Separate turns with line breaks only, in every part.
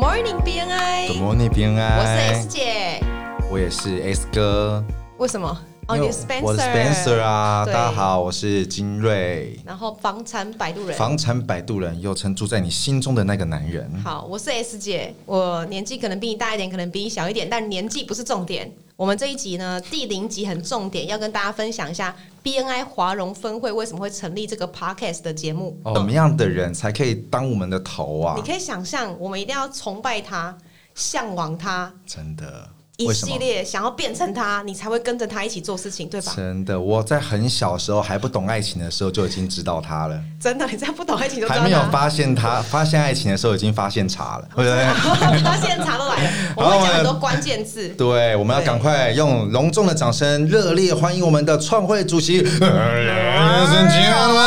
Morning BNI，
怎么那边啊？
我是 S 姐。
我也是 S 哥。
为什么？哦，
因
你
为
是 Spencer，
我是 Spencer 啊，
对
大家好，我是金瑞，
然后房产摆渡人。
房产摆渡人，又称住在你心中的那个男人。
好，我是 S 姐，我年纪可能比你大一点，可能比你小一点，但年纪不是重点。我们这一集呢，第零集很重点，要跟大家分享一下 BNI 华融分会为什么会成立这个 Podcast 的节目。
哦，怎么样的人才可以当我们的头啊
你？可以想象，我们一定要崇拜他，向往他，
真的，
一
为什么
系？列想要变成他，你才会跟着他一起做事情，对吧？
真的，我在很小时候还不懂爱情的时候就已经知道他了，
真的，你这样不懂爱情就知道
还没有
他
发现他发现爱情的时候已经发现茶了，对不对？
他现在查都来了，我们会讲很多关键字。
对，我们要赶快用隆重的掌声热烈欢迎我们的创会主席，呃尊敬的们，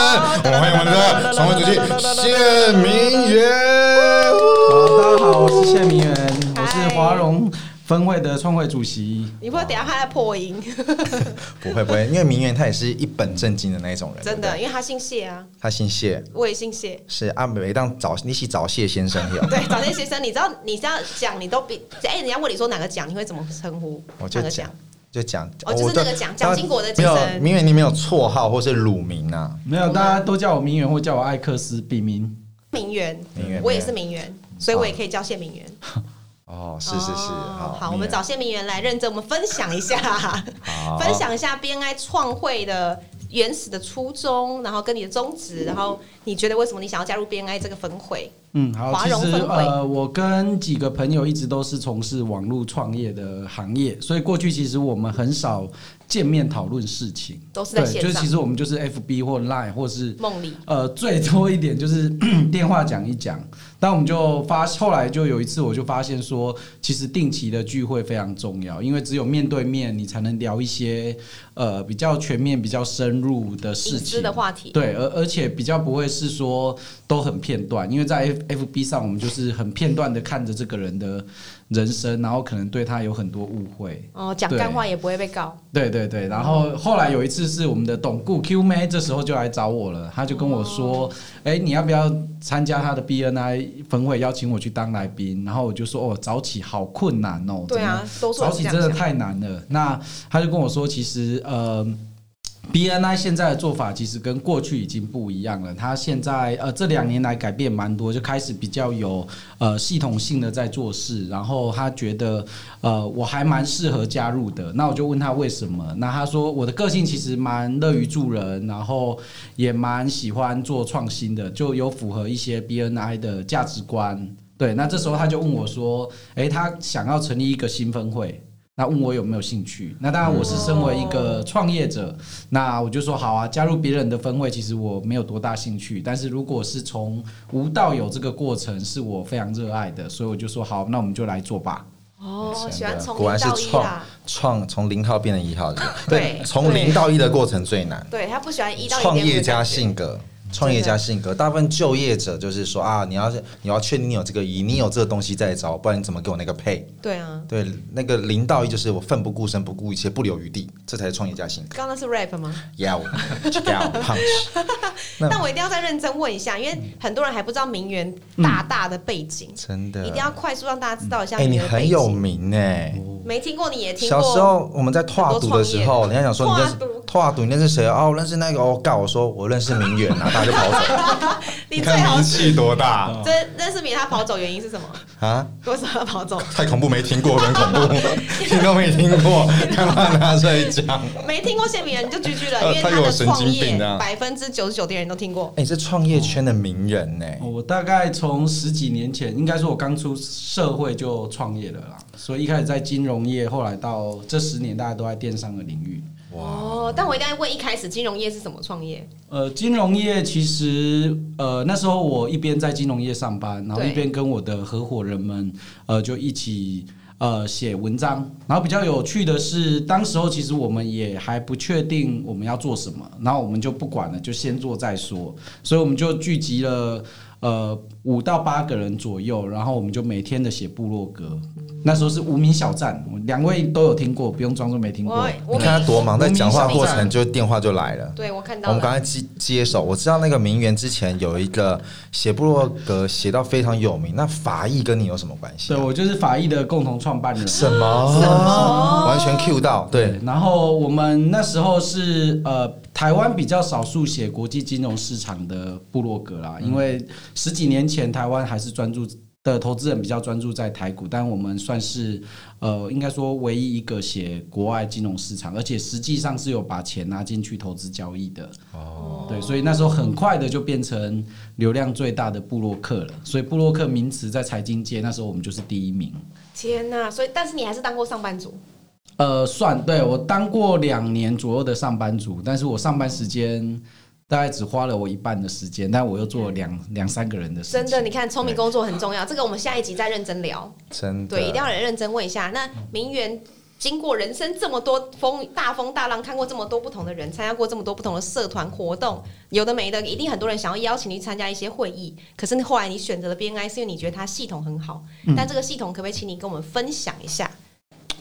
我们欢迎我们的创会主席谢明远。
好，大家好，我是谢明元，
嗨
我是华融分会的创会主席。
你不会等一下他在破音，
不会不会，因为明远他也是一本正经的那一种人，
真
对不
的，
对，
因为他姓谢啊，
他姓谢，
我也姓谢。
是阿美当找你是找谢先生有，
对，早些先生，你知道你这样讲，你都比哎、人家问你说哪个奖，你会怎么称呼？
我
哪
就
个
讲
奖？
就讲，
哦就是那个
我
蒋蒋经国的
没
先生
有明远，你没有绰号或是乳名啊？
没有，大家都叫我明元或叫我艾克斯笔名。
名媛
名媛，
我也是名媛，所以我也可以叫谢名媛。
哦，是是是，
哦
好，
好，我
明
们
远
找谢名媛来认证，我们分享一下，
好
分享一下 BNI 创会的原始的初衷，然后跟你的宗旨，然后你觉得为什么你想要加入 BNI 这个分会？
嗯，好，
华
其
融
实
分会
呃，我跟几个朋友一直都是从事网络创业的行业，所以过去其实我们很少见面讨论事情，
都是在
对，
线
就是
上
其实我们就是 FB 或 Line 或是
梦里
呃，最多一点就是 电话讲一讲，但我们就发，后来就有一次我就发现说，其实定期的聚会非常重要，因为只有面对面，你才能聊一些呃比较全面、比较深入的事
隐私
情
的。话题。
对，而而且比较不会是说都很片段，因为在 F F B 上，我们就是很片段的看着这个人的人生，然后可能对他有很多误会，
哦，讲
对
干话也不会被告。
对对对，然后后来有一次是我们的董顾 Q 妹，这时候就来找我了，他就跟我
哦
说：“哎、你要不要参加他的 BNI 分会，邀请我去当来宾？”然后我就说：“哦，早起好困难哦，
对啊，
怎
都
么，
说
早
我是
起
这
真
样
的
想。
太难了。”那他就跟我说：“其实呃。” BNI 现在的做法其实跟过去已经不一样了，它现在呃这两年来改变蛮多，就开始比较有呃系统性的在做事，然后他觉得呃我还蛮适合加入的，那我就问他为什么，那他说我的个性其实蛮乐于助人，然后也蛮喜欢做创新的，就有符合一些 BNI 的价值观。对，那这时候他就问我说，诶，哎他想要成立一个新分会。那问我有没有兴趣？那当然，我是身为一个创业者，那我就说好啊，加入别人的分会，其实我没有多大兴趣。但是如果是从无到有这个过程，是我非常热爱的，所以我就说好，那我们就来做吧。
哦，
真
喜欢
的
从零
果然是
到一啦
创。创从零号变成一号的，
对
从
对
零到一的过程最难。
对他不喜欢一到一点
创
五的
业
感觉
家性格，创业家性格，大部分就业者就是说啊，你要是你要确定你有这个一，你有这个东西再找，不然你怎么给我那个配？
对啊，
对，那个零到一就是我奋不顾身、不顾一切、不留余地，这才是创业家性格。
刚刚那是 rap 吗？
Yeah, yeah, punch，那嗯
但我一定要再认真问一下，因为很多人还不知道名媛大大的背景，
真
一
的
定。要快速让大家知道一下
嗯哎，
名
你
媛的背
很
景。
有名哎、
没听过你也听过。
小时候我们在跨赌的时候，人家想说你认识
跨赌
跨赌，你认识谁？哦，我认识那个哦，告我说我认识名媛，然后大家就跑走。
你最好
气多大
这认识米他跑走原因是什么？
啊！
为什么要跑走？
太恐怖，没听过，很恐怖，听都没听过，干嘛拿出来讲？
没听过谢名媛你就居居了，
呃
因为
他有
的
神
创
经病
业
啊
百分之九十九的人都听过。
哎、是创业圈的名人呢、
哦我大概从十几年前，应该说我刚出社会就创业了啦，所以一开始在金融业，后来到这十年大家都在电商的领域。
哦，但我一定要问，一开始金融业是怎么创业？
呃，金融业其实，呃，那时候我一边在金融业上班，然后
对
一边跟我的合伙人们，呃，就一起呃写文章。然后比较有趣的是，当时候其实我们也还不确定我们要做什么，然后我们就不管了，就先做再说。所以我们就聚集了呃五到八个人左右，然后我们就每天的写部落格。那时候是无名小站，我两位都有听过，不用装作没听过
我。我
你看他多忙，在讲话过
我
程
们
就电话就来了。
对我看到
我们刚
了，
才接接手，我知道那个名媛之前有一个写部落格写到非常有名，那法医跟你有什么关系
对，
啊？
我就是法医的共同创办人。
什么？什么？完全 Q 到，对，
然后我们那时候是呃，台湾比较少数写国际金融市场的部落格啦，因为十几年前台湾还是专注的投资人比较专注在台股，但我们算是呃，应该说唯一一个写国外金融市场，而且实际上是有把钱拿进去投资交易的。哦，对，所以那时候很快的就变成流量最大的部落客了。所以部落客名词在财经界那时候我们就是第一名。
天哪！所以，但是你还是当过上班族，
呃，算对我当过两年左右的上班族，但是我上班时间大概只花了我一半的时间，但我又做了两两三个人的事情。
真的，你看聪明工作很重要，这个我们下一集再认真聊。
真的
对，一定要认真问一下。那名媛经过人生这么多风大风大浪，看过这么多不同的人，参加过这么多不同的社团活动，有的没的，一定很多人想要邀请你去参加一些会议。可是后来你选择了 BNI，是因为你觉得它系统很好。
嗯
但这个系统可不可以请你跟我们分享一下？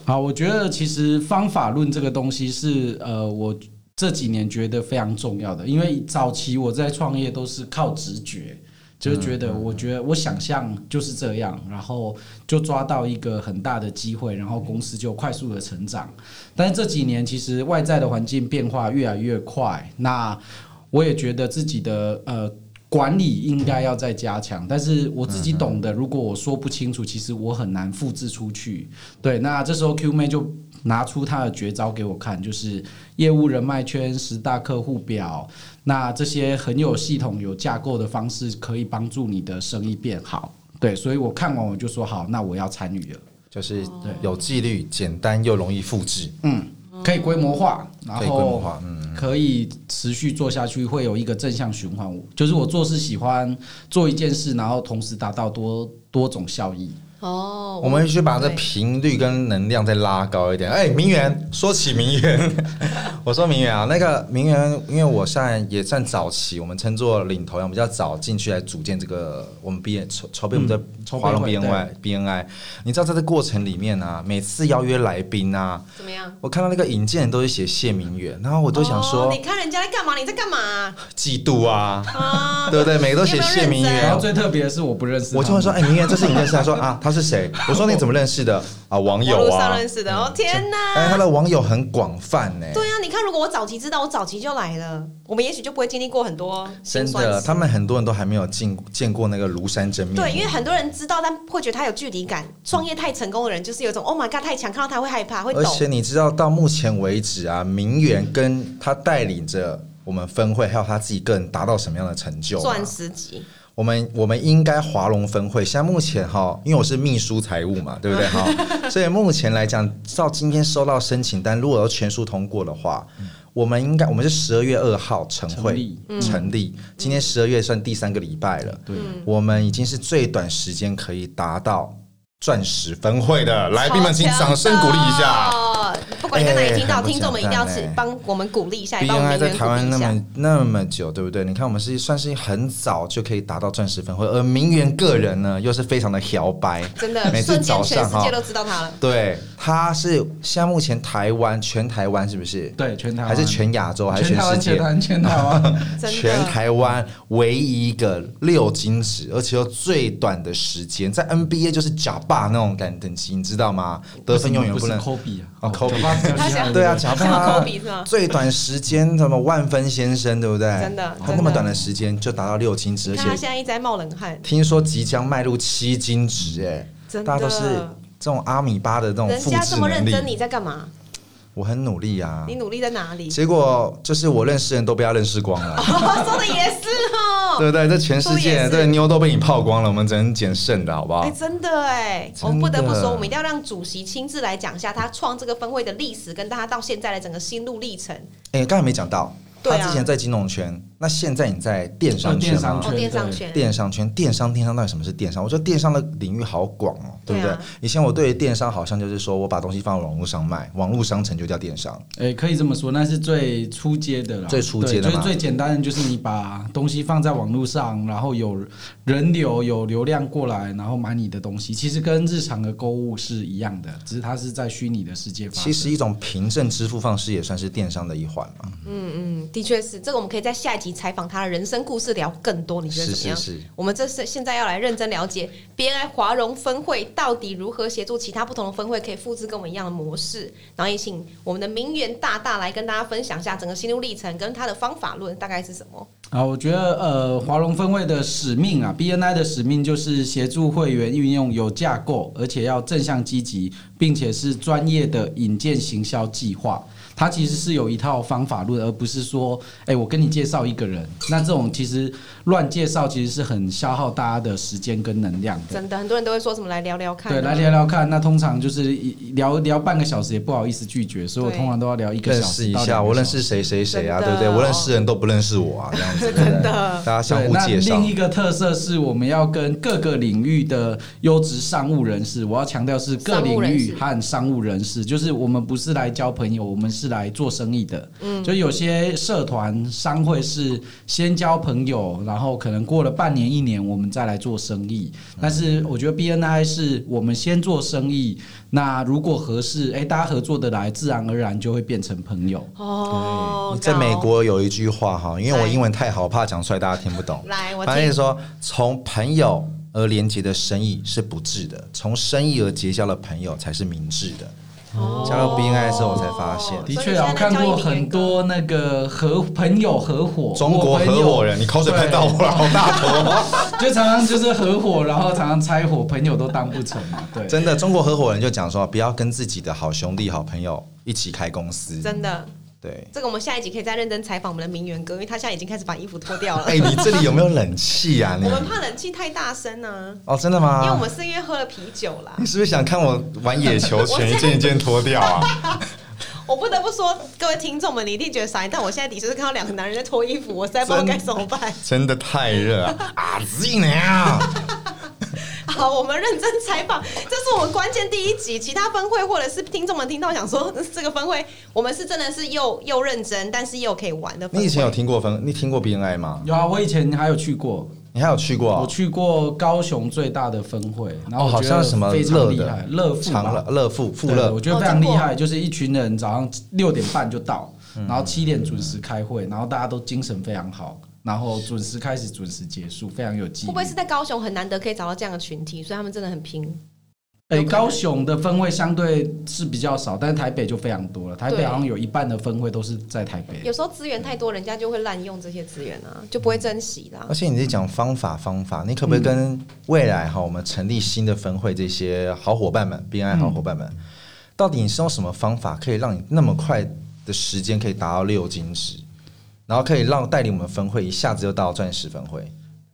好，我觉得其实方法论这个东西是呃，我这几年觉得非常重要的，因为早期我在创业都是靠直觉。就是觉得，我觉得我想象就是这样，然后就抓到一个很大的机会，然后公司就快速的成长。但是这几年其实外在的环境变化越来越快，那我也觉得自己的呃管理应该要再加强。但是我自己懂得，如果我说不清楚，其实我很难复制出去。对，那这时候 Q 妹就拿出她的绝招给我看，就是业务人脉圈、十大客户表，那这些很有系统、有架构的方式，可以帮助你的生意变好。对，所以我看完我就说好，那我要参与了，
就是有纪律、简单又容易复制，
可以规模化，然
可以规模
后
化。嗯，
可以持续做下去，会有一个正向循环。就是我做事喜欢做一件事，然后同时达到多多种效益。
哦
我们必须把这
对
频率跟能量再拉高一点。哎，名媛，说起名媛， 我说名媛啊，那个名媛，因为我现在也算早期，我们称作领头羊，比较早进去来组建这个我们 B 筹筹备我们的
嗯
筹备
华龙
会
BNI BNI。你知道在这过程里面啊，每次邀约来宾啊，
怎么样？
我看到那个引荐人都是写谢明远，然后我
我
都想说
哦你看人家在干嘛？你在干嘛 啊？
嫉妒啊， 对不对？每个都写谢明
你有没有认啊真
远
然后，最特别的是，我不认识他们，
我就会说，哎、明远，这是你认识？他说啊，他是谁？我说你怎么认识的？啊，网
网
友
络
啊
上，认识的。哦，天
哎、
哪！
他的网友很广泛呢、
对啊，你看，如果我早期知道，我早期就来了，我们也许就不会经历过很多辛
真
酸
的，
史
他们很多人都还没有见见过那个庐山真面目。
对，因为很多人知道，但会觉得他有距离感。
嗯
创业太成功的人，就是有一种 “Oh my God” 太强，看到他会害怕，会
而
抖。
且你知道，到目前为止啊，明远跟他带领着我们分会，还有他自己个人达到什么样的成就、啊
钻？石级，
我们我们应该华龙分会，现在目前哈，因为我是秘书财务嘛，对不对哈？所以目前来讲，到今天收到申请单，如果要全数通过的话，我们应该我们是十二月二号晨
成
会
立
成立，今天十二月算第三个礼拜了，
对，
嗯
我们已经是最短时间可以达到钻石分会的来宾们，请掌声鼓励一下。
超强的。不管你在哪里听
哎
到，
很不
听众们一定要
简
是
单哎
帮我们鼓励一下，也
B
帮我
N
们
I 在
人员
台
鼓
湾
励
那
一下。
么那么久，对不对？你看我们是算是很早就可以达到钻石分会，而名媛个人呢又是非常的摇摆，
真
每
的，
次
瞬
早
间全
上
世
哈
界，都知道他了。
对，他是现在目前台湾全台湾是不是？
对，全台湾
还是全亚洲还是全
台
世
湾，全
界
台？湾，全台湾。
真的
全台湾唯一一个六金指，而且又最短的时间，在 NBA 就是假霸那种感等级，你知道吗？得分永远不能
是 Kobe 啊，
哦，Kobe
98比较厉害
他想
对啊，假
像
霸
科比是吗？
最短时间什么万分先生，对不对？
真的
他
真
那么
的
短的时间就达到六金指，
你
而
看他
且
现在一直在冒冷汗，
听说即将迈入七金指，哎，
真
大家都是
的。
这种阿米巴的这种
人
复
家
制
这么认
能力，
真，你在干嘛？
我很努力啊
你。努力在哪里？
结果就是我认识的人都被他认识光了，
说的也是 哦，
对不对？这全世
说也
界
是
对妞都被你泡光了，我们只能捡剩的好不好？
哎、真的哎、我
啊真
不得不
的
说，我们一定要让主席亲自来讲一下他创这个分会的历史，跟他到现在的整个心路历程。
哎、刚才没讲到，
对
他
啊
之前在金融圈，那现在你在电商圈
电商
吗？
哦，
圈
电商
对
圈，
电商圈，电商，电商到底什么是电商？我觉得电商的领域好广哦。对不对？
对啊
以前我对于电商好像就是说我把东西放到网络上卖，网络商城就叫电商。
诶，哎可以这么说，那是最初阶的啦，
最初阶的
对就
嘛
是最简单的，就是你把东西放在网络上，然后有人流、有流量过来，然后买你的东西，其实跟日常的购物是一样的，只是它是在虚拟的世界发生。
其实一种凭证支付方式也算是电商的一环嘛。
嗯，的确是这个，我们可以在下一集采访他的人生故事聊更多，你觉得
是
怎么
是
样？
是，
我们这是现在要来认真了解 BNI 华融分会到底如何协助其他不同的分会可以复制跟我们一样的模式，然后也请我们的名媛大大来跟大家分享一下整个心路历程跟他的方法论大概是什么。
啊，我觉得呃，华龙分会的使命啊，BNI 的使命就是协助会员运用有架构，而且要正向积极，并且是专业的引荐行销计划。它其实是有一套方法论，而不是说，哎、我跟你介绍一个人，那这种其实乱介绍其实是很消耗大家的时间跟能量的。
真的，很多人都会说什么来聊聊看、啊
对，来聊聊看。那通常就是一聊聊半个小时也不好意思拒绝，所以我
对
通常都要聊一个
认
小时
识一
到两
下，
个
我认
小时
识谁谁谁啊，
真
对
的
不对？我认识人都不认识我啊，这样子，对 不
真
对？
的
大家相
对，
互
那
介绍
另。一个特色是我们要跟各个领域的优质商务人士，我要强调是各领域和商务人士，就是我们不是来交朋友，我们是来做生意的。嗯，就有些社团商会是先交朋友，然后可能过了半年一年，我们再来做生意。
嗯
但是我觉得 BNI 是我们先做生意，那如果合适，哎，大家合作得来，自然而然就会变成朋友。
哦，
在
搞
美国有一句话哈，因为我
来
英文太好，怕讲出来大家听不懂。
来，我
反
听
正就是说，从朋友而连结的生意是不智的，从生意而结交的朋友才是明智的。
哦
加入 BNI 之后我才发现
的确啊，我看过很。多那个合朋友合伙，
中国
我朋
合
友
伙人，你口水喷到我了，好大头啊！
就常常就是合伙，然后常常拆伙，朋友都当不成嘛。对，
真的，中国合伙人就讲说，不要跟自己的好兄弟、好朋友一起开公司。
真的，
对，
这个我们下一集可以再认真采访我们的名媛哥，因为他现在已经开始把衣服脱掉了。
哎、你这里有没有冷气啊？你
我们怕冷气太大声呢、
哦，真的
因
吗？
为我们是因为喝了啤酒啦
你。是不是想看我玩 野球拳，一件一件脱掉啊？
我不得不说，各位听众们，你一定觉得傻眼，但我现在的确是看到两个男人在脱衣服，我实在不知道该怎么办。
真的太热啊！啊，自娘！
好，我们认真采访，这是我们关键第一集。其他分会或者是听众们听到想说， 这个分会我们是真的是又又认真，但是又可以玩的分
你
会。
以前有听过分？你听过 BNI 吗？
有啊，我以前还有去过，
你还有去过、
我
啊？
去过高雄最大的分会，然
哦，
后我
好
觉
像
得
什么
非
乐
常厉害
的，，
乐富
长乐
吧
乐富富
对
乐
我，觉得
哦
非常
听
厉
过
害，就是一群人早上六点半就到，
嗯
然后七点准时开会，然后大家都精神非常好，然后准时开始，准时结束，非常有纪
会
律
不。会是在高雄很难得可以找到这样的群体，所以他们真的很拼？
诶、
有可能
高雄的分会相对是比较少，但是台北就非常多了。台北
对
好像有一半的分会都是在台北。
有时候资源太多，人家就会滥用这些资源啊，就不会珍惜啦
而。且你在讲方法方法，你可不可以跟
嗯
未来哈我们成立新的分会这些好伙伴们，BNI 好伙伴
嗯
们，到底你是用什么方法可以让你那么快的时间可以达到六金值，然后可以让带领我们分会一下子就到钻石分会？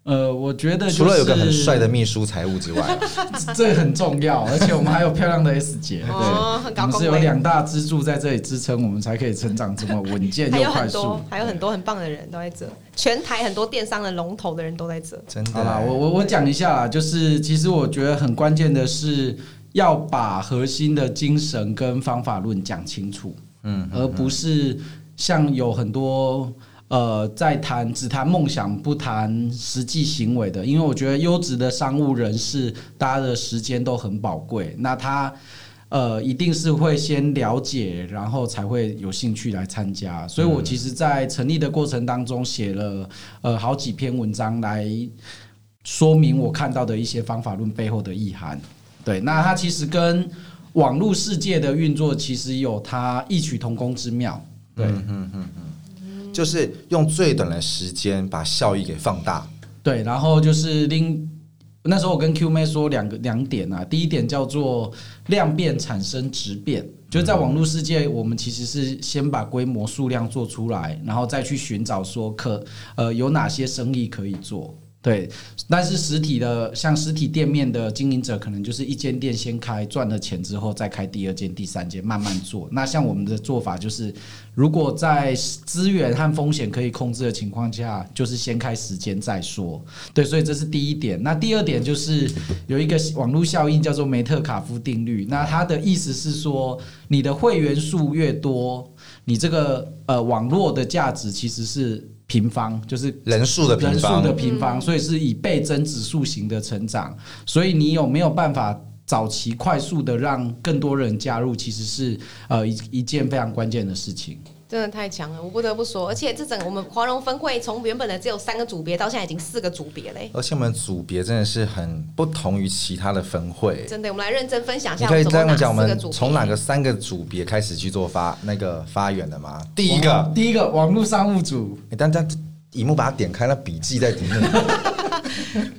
呃，我觉得、就是、
除了有个很帅的，秘书财务之外，
这很重 要，而且我们还有漂亮的 S 姐，嗯对，
哦，很
我
高
们
工
是有
位
两大支柱在这里支撑，我们才可以成长 这么稳健
还
又
有
快
很
速
多，。还有很多很棒的人都在这，全台很多电商的龙头的人都在这。
真的
好啦，我我我讲一下啦，就是其实我觉得很关键的是要把核心的精神跟方法论讲清楚，嗯，而不是像有很多。呃，在谈只谈梦想不谈实际行为的，因为我觉得优质的商务人士，大家的时间都很宝贵，那他呃，一定是会先了解，然后才会有兴趣来参加。所以我其实，在成立的过程当中，写了呃好几篇文章来说明我看到的一些方法论背后的意涵。对，那它其实跟网络世界的运作其实有它异曲同工之妙。对、
就是用最短的时间把效益给放大。
对，然后就是另那时候我跟 Q 妹说两个两点啊，第一点叫做量变产生质变，就是在网络世界，我们其实是先把规模数量做出来，然后再去寻找说可呃有哪些生意可以做。对，但是实体的像实体店面的经营者，可能就是一间店先开，赚了钱之后再开第二间、第三间，慢慢做。那像我们的做法就是，如果在资源和风险可以控制的情况下，就是先开时间再说。对，所以这是第一点。那第二点就是有一个网络效应叫做梅特卡夫定律。那它的意思是说，你的会员数越多，你这个呃网络的价值其实是平方，就是
人数的平
人数
方
的，平方，所以是以倍增指数型的成长。所以你有没有办法早期快速的让更多人加入，其实是呃一一件非常关键的事情。
真的太强了，我不得不说。而且这整个我们华融分会从原本的只有三个组别，到现在已经四个组别嘞。
而且我们组别真的是很不同于其他的分会。
真的，我们来认真分享一
你
下，
可以跟我
们
讲，我
总共哪四个
们
组别
从哪个三个组别开始去做发那个发源的吗？第一个，
哦
第一个网络商务组，
你单单荧幕把它点开，那笔记在里面。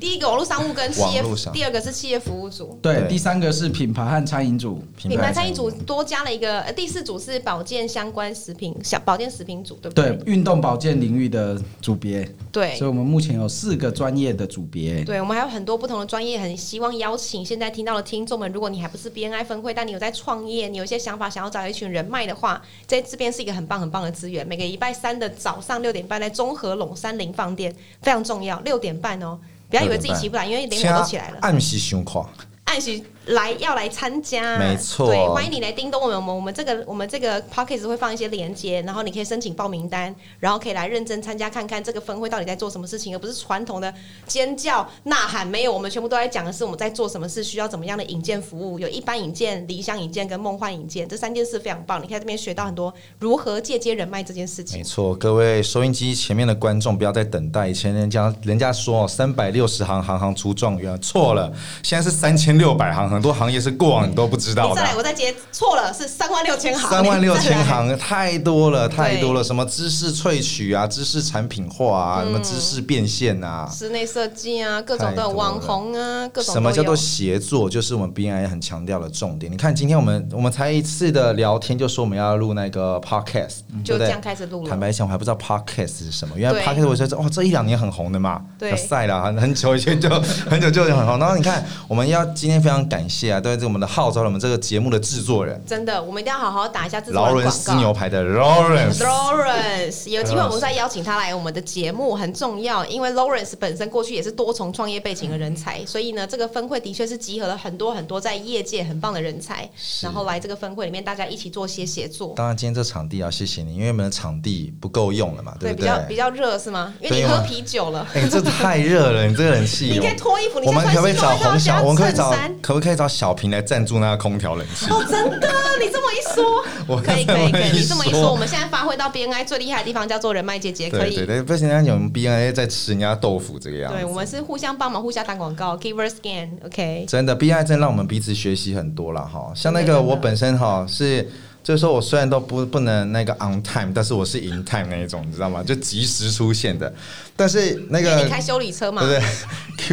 第一个网络商务跟企业
网络商，
第二个是企业服务组。
对
对，
第三个是品牌和餐饮组，
品牌餐饮组多加了一个，呃，第四组是保健相关食品，小保健食品组，对不
对，运动保健领域的组别。
对
所以我们目前有四个专业的组别。
对，我们还有很多不同的专业，很希望邀请现在听到的听众们，如果你还不是 BNI 分会，但你有在创业，你有一些想法，想要找一群人脉的话，在这边是一个很棒很棒的资源。每个礼拜三的早上六点半，在中和陇山林放电，非常重要，六点半哦。不要以为自己起不来，因为连我都起来了。
暗喜胸垮，
按时来要来参加，
没错
对，欢迎你来叮咚我们，我们我们这个我们这个 p o c k e t 会放一些连接，然后你可以申请报名单，然后可以来认真参加看看这个分会到底在做什么事情，而不是传统的尖叫呐喊，没有，我们全部都在讲的是我们在做什么事，需要怎么样的引荐服务，有一般引荐、理想引荐跟梦幻引荐这三件事非常棒，你可以在这边学到很多如何借接人脉这件事情
没。错。各位收音机前面的观众，不要再等待。以前人家人家说三百六十行，行行出状元，错了。现在是三千六百行，很多行业是过往你都不知道
你
的
再。来，我再接错了，是三万六千行，
三万六
你再来
千行太多了，太多了，什么知识萃取啊，知识产品化啊，什么知识变现啊，
室内设计啊，各种
太
都有
多
网
了
红啊，各种
什么
都
叫
有
做协作？就是我们 BNI 很强调的重点。你看，今天我们我们才一次的聊天，就说我们要录那个 podcast，对
嗯就这
不对
样？开始录
坦
了。
白讲，我还不知道 podcast 是什么。原来
对
podcast 我觉得哦，这一两年很红的嘛，
对
要晒啦，很很久以前就 很久就很红。然后你看，我们要今天非常感谢啊，对这我们的号召了我们这个节目的制作人
真的，我们一定要好好打一下制作
劳
人
伦
广
斯
告。
牛排的 Lawrence。
Lawrence 有机会我们再邀请他来我们的节目，很重要，因为 Lawrence 本身过去也是多重创业背景的人
嗯
才，所以呢，这个分会的确是集合了很多很多在业界很棒的人才，然后来这个分会里面大家一起做些协作，
当然，今天这场地要啊谢谢你，因为我们的场地不够用了嘛，
对，
不
比
对？
较比较热是吗？因为你
对
喝
嘛
啤酒了，
哎、你这太热了，你这个人气。 哦
你应该脱衣服，你
我
现
们
在
可不
穿
可以
西
找
装外
红小？
套
我们可不
加
可以找
衬衫。
可不可以找小平来赞助那个空调冷气？
哦，真的，你这么一说，
我
可以可以可以，
这么
你这么
一
一
说
说，我们现在发挥到 BNI 最厉害的地方叫做人脉结节，可
对
以
对对，不行，人家有 BNA 在吃人家豆腐这个样
对，
子。
我们是互相帮忙、互相打广告，give us scan，OK、
真的，BNA 真让我们彼此学习很多了哈。像那
真
个
的真的
我本身哈是。就是说我虽然都不不能那个 on time，但是我是 in time 那一种，你知道吗？就及时出现的。但是那
因为
个
你开修理车嘛，
对不对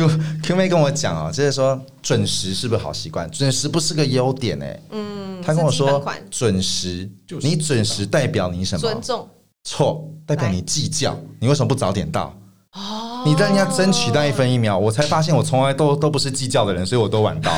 ？Q Q 妹跟我讲哦，就是说准时是不是好习惯？准时不是个优点哎、嗯，她跟我
是基本
说
款
准时
就，是
你准时代表你什
尊
么？
重
错，代表
来
你计较。你为什么不早点到？
哦
你让人家争取到一，分一秒，我才发现我从来都都不是计较的人，所以我都 晚到。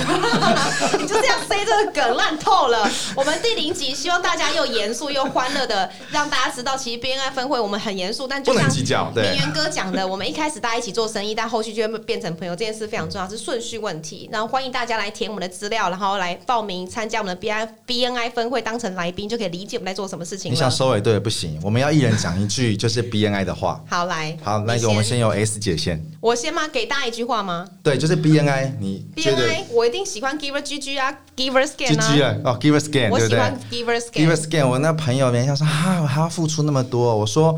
你就这样塞这个梗烂透了。我们第零集希望大家又严肃又欢乐的，让大家知道，其实 BNI 分会我们很严肃，但就
不能
像
计较对
明源哥讲的，我们一开始大家一起做生意，但后续就会变成朋友，这件事非常重要，是顺序问题。然后欢迎大家来填我们的资料，然后来报名参加我们的 BNI BNI 分会，当成来宾就可以理解我们在做什么事情
你想
了。
收尾对不行，我们要一人讲一 句就是 B N I 的话。
好，来，
好，那
你
个我们先由 S 姐先。
我先吗？给大家一句话吗
对，就是 B N I，你觉得
？BNI 我一定喜欢 Giver GG 啊，Giver
G
Scan
G
啊，
了哦，Give a scan，
我
对
喜
不对？
欢 Giver
Give a
Scan。
scan，我那朋友连想说啊，我还要付出那么多，我说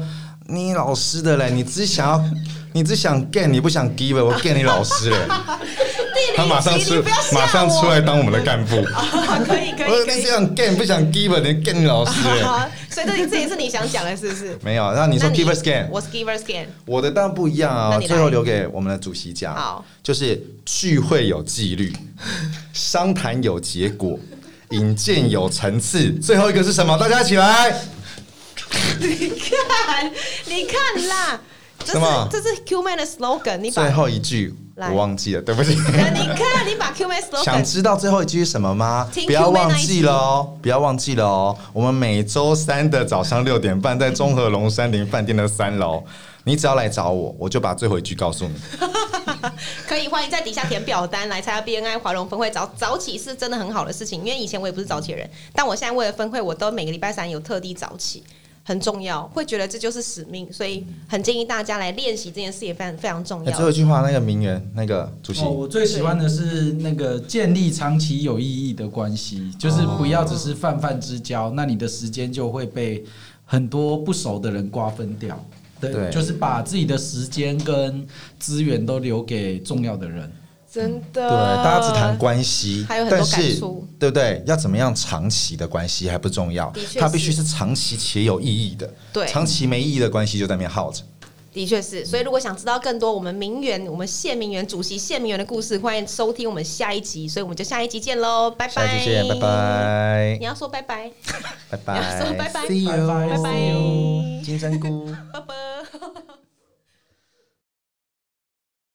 你老师的嘞，你只想要， 你只想 get，你不想 give，我 get 你老师嘞，
第
他马上
零集，你
出
不要吓我
马上出来当我们的干部，我
可以可
说
以可
你只
以。
想 get 不想 give，你 get 你老师嘞，
好，所以这这也是你想讲的，是不是？
没有，那你
你
说 give a scan，
我是 Giver Scan，
我的当然不一样
那
啊、
你来
最后留给我们的主席讲。
好，
就是聚会有纪律， 商谈有结果，引荐有层次。最后一个是什么？大家一起来。
你看你看啦。这是
什么
这是 Q Man 的 slogan，你把
最后一句
来
我忘记了，对不起。
那你看你把 Q Man
想
slogan
知道最后一句是什么吗
听？
不要
Q 妹
忘
那一
记
集
了哦，不要忘记了哦。我们每周三的早上六点半，在中和龙山林饭店的三楼，你只要来找我，我就把最后一句告诉你。
可以，欢迎在底下填表单来参加 BNI 华融分会。早早起是真的很好的事情，因为以前我也不是早起的人，但我现在为了分会，我都每个礼拜三有特地早起，很重要，会觉得这就是使命，所以很建议大家来练习这件事，也非常非常重要
哎最。后一句话，那个名媛，那个主席
哦，，我最喜欢的是那个建立长期有意义的关系，就是不要只是泛泛之交，那你的时间就会被很多不熟的人瓜分掉。对，
对
就是把自己的时间跟资源都留给重要的人。
真的，
对，大家只谈关系，
还有很多
但是
感触
对不对？要怎么样长期的关系还不重要
的，确
它必须
是
是长期且有意义的。
对
长期没意义的关系就在那边耗着。
的确是，所以如果想知道更多我们名媛、我们谢名媛主席谢名媛的故事，欢迎收听我们下一集。所以我们就下一集见喽，拜
下
拜！
一期见，拜。拜
你，要说拜拜，
拜
你要说拜
拜
拜
，See you，
拜拜
金针菇。
拜拜。